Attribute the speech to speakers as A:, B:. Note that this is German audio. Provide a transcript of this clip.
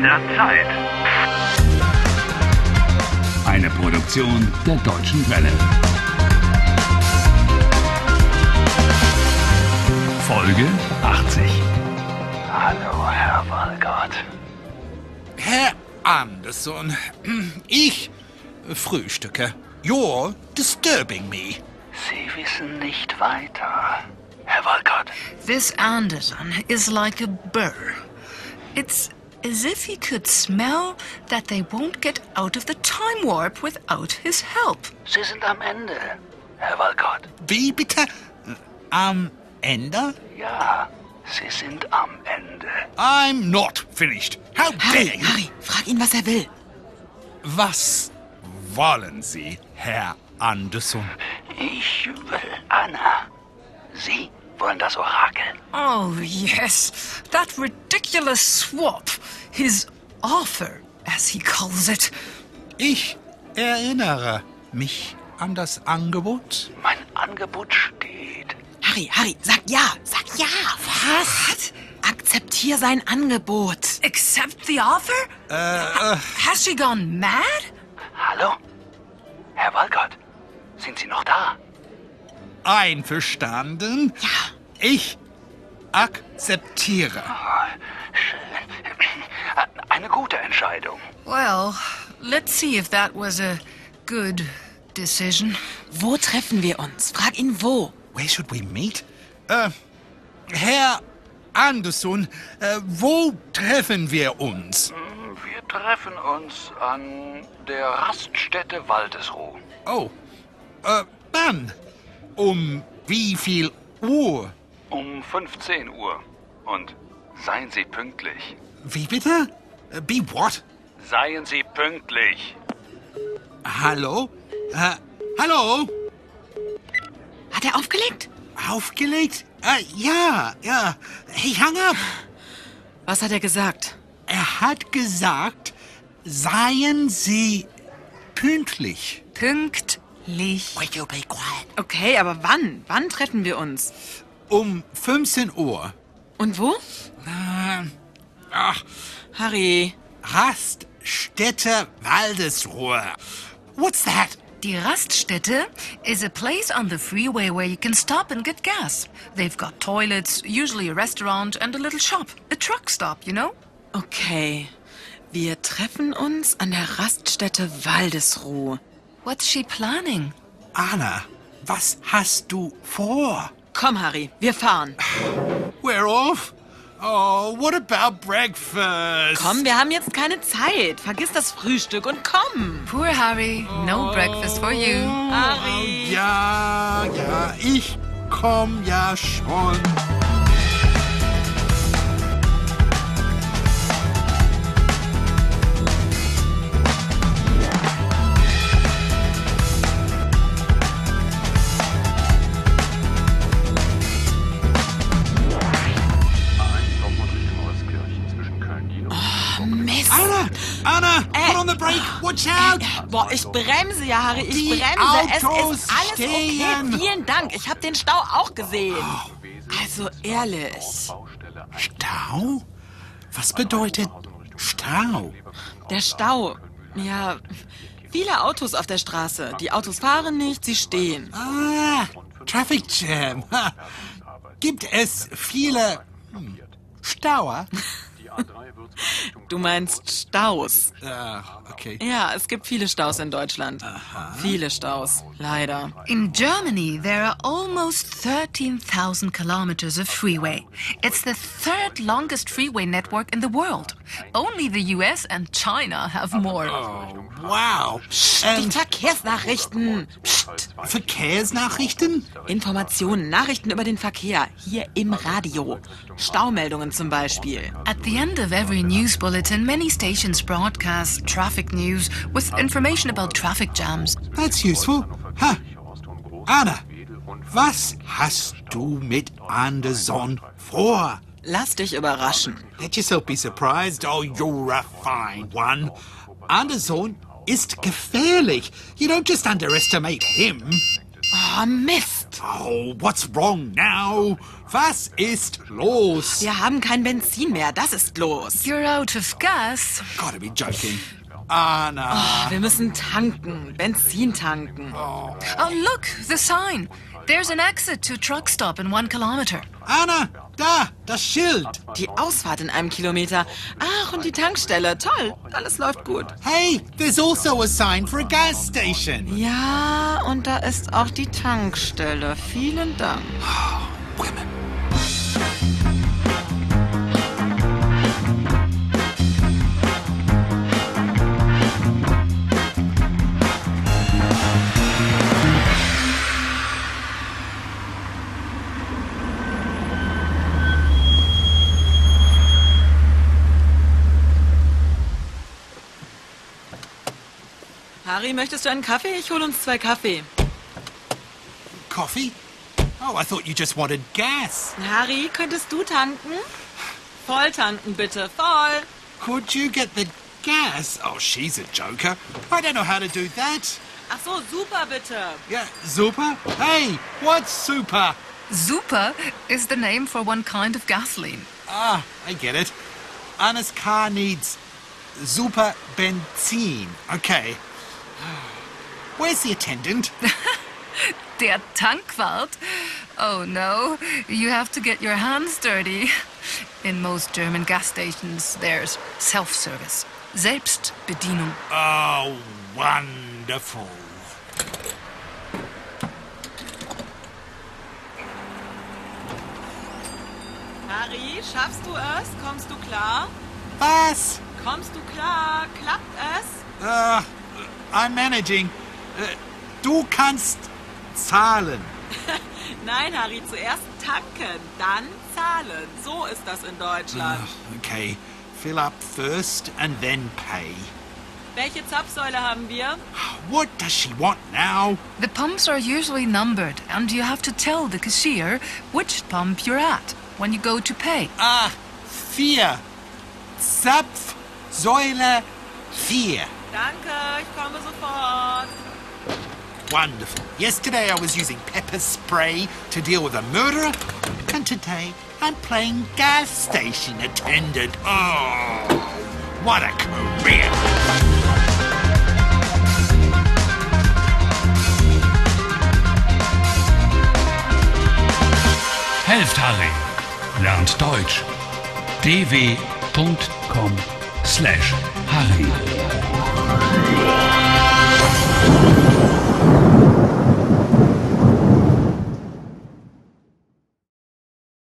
A: der Zeit.
B: Eine Produktion der Deutschen Welle. Folge 80.
A: Hallo, Herr Walgott.
C: Herr Anderson, ich frühstücke. You're disturbing me.
A: Sie wissen nicht weiter. Herr Walcott,
D: This Anderson is like a burr. It's as if he could smell that they won't get out of the time warp without his help.
A: Sie sind am Ende. Herr Walcott,
C: Wie bitte? Am Ende?
A: ja, Sie sind am Ende.
C: I'm not finished. How dare you?
E: Harry, frag ihn, was er will.
C: Was wollen Sie, Herr Anderson?
A: Ich will Anna. Sie wollen das Orakel.
D: Oh, yes, that ridiculous swap. His offer, as he calls it.
C: Ich erinnere mich an das Angebot.
A: Mein Angebot steht.
E: Harry, Harry, sag ja, sag ja. Was? Akzeptier sein Angebot.
D: Accept the offer? Ha- Has she gone mad?
A: Hallo? Herr Walcott, sind Sie noch da?
C: Einverstanden? Ja. Ich akzeptiere.
A: Eine gute Entscheidung.
D: Well, let's see if that was a good decision.
E: Wo treffen wir uns? Frag ihn wo.
C: Where should we meet? Äh, Herr Anderson, äh, wo treffen wir uns?
A: Wir treffen uns an der Raststätte Waldesruh.
C: Oh, äh, wann? Um wie viel Uhr?
A: Um 15 Uhr. Und seien Sie pünktlich.
C: Wie bitte? Äh, Be what?
A: Seien Sie pünktlich.
C: Hallo? Äh, hallo?
E: Hat er aufgelegt?
C: Aufgelegt? Äh, ja, ja. Hey, hang up.
E: Was hat er gesagt?
C: Er hat gesagt, seien Sie pünktlich.
D: Pünktlich.
C: Will you be quiet?
E: Okay, aber wann? Wann treffen wir uns?
C: Um 15 Uhr.
E: Und wo?
C: Äh, ach.
E: Harry.
C: Raststätte Waldesruhe. What's that?
D: Die Raststätte is a place on the freeway where you can stop and get gas. They've got toilets, usually a restaurant, and a little shop. A truck stop, you know?
E: Okay. Wir treffen uns an der Raststätte Waldesruh.
D: What's she planning?
C: Anna, was hast du vor?
E: Komm, Harry, wir fahren.
C: We're off? Oh, what about breakfast?
E: Komm, wir haben jetzt keine Zeit. Vergiss das Frühstück und komm.
D: Poor Harry, no breakfast for you.
E: Harry.
C: Ja, ja, ich komm ja schon.
E: Mist.
C: Anna, Anna,
E: Äh.
C: put on the brake, watch out!
E: Boah, ich bremse ja, Harry. Ich
C: also. Die
E: bremse.
C: Autos
E: es ist alles
C: stehen. Ah,
E: okay. Vielen Dank. Ich habe den Stau auch gesehen. Also ehrlich,
C: Stau? Was bedeutet Stau?
E: der Stau. Ja, viele Autos auf der Straße. Die Autos fahren nicht, sie stehen.
C: Ah, Traffic Jam. Ha. Gibt es viele hm, Stauer?
E: Du meinst Staus.
C: Ah, okay.
E: Ja, es gibt viele Staus in Deutschland. Viele Staus, leider.
D: In Germany, there are almost 13,000 kilometers of freeway. It's the third longest freeway network in the world. Only the US and China have more.
C: Wow.
E: Die
C: Ähm,
E: Verkehrsnachrichten. Psst.
C: Verkehrsnachrichten?
E: Informationen, Nachrichten über den Verkehr. Hier im Radio. Staumeldungen zum Beispiel.
D: At the end of every news bulletin, many stations broadcast traffic news with information about traffic jams.
C: That's useful. Ha. Anna, was hast du mit Anderson vor?
E: Lass dich überraschen.
C: Let yourself be surprised. Oh, you're a fine one. Anderson ist gefährlich. You don't just underestimate him.
E: Oh, Mist.
B: Stadt.
C: Oh, what's wrong now? Was ist los?
E: Wir haben kein Benzin mehr, das ist los.
D: You're out of gas.
C: Gotta be joking. Anna.
E: Wir müssen tanken, Benzin tanken.
D: Oh, look, the sign. There's an exit to truck stop in one kilometer.
C: Anna, da, das Schild.
E: Die Ausfahrt in einem Kilometer. Ach, und die Tankstelle. Toll, alles läuft gut.
C: Hey, there's also a sign for a gas station.
E: Ja, und da ist auch die Tankstelle. Vielen Dank.
C: Women.
E: Harry, möchtest du einen Kaffee? Ich hole uns zwei Kaffee.
C: Coffee? Oh, I thought you just wanted gas.
E: Harry, könntest du tanken? Voll tanken, bitte. Voll.
C: Could you get the gas? Oh, she's a joker. I don't know how to do that.
E: Ach so, super, bitte.
C: Yeah, super? Hey, what's super?
D: Super is the name for one kind of gasoline.
C: Ah, I get it. Anna's car needs super benzene. Okay. Where's the attendant?
D: Der Tankwart. Oh no, you have to get your hands dirty. In most German gas stations, there's self service. Selbstbedienung.
C: Oh, wonderful.
E: Harry, schaffst du es? Kommst du klar?
C: Bus!
E: Kommst du klar? Klappt es?
C: Uh, I'm managing. Uh, du kannst zahlen.
E: Nein, Harry, zuerst tanken, dann zahlen. So ist das in Deutschland.
C: Okay, fill up first and then pay.
E: Welche Zapfsäule haben wir?
C: What does she want now?
D: The pumps are usually numbered, and you have to tell the cashier which pump you're at when you go to pay.
C: Ah, vier. Zapf, Säule, vier.
E: Danke, ich komme sofort.
C: Wonderful. Yesterday I was using pepper spray to deal with a murderer, and today I'm playing gas station attendant. Oh, what a career!
B: Helft Harry. Lernt Deutsch. dw.com/harry.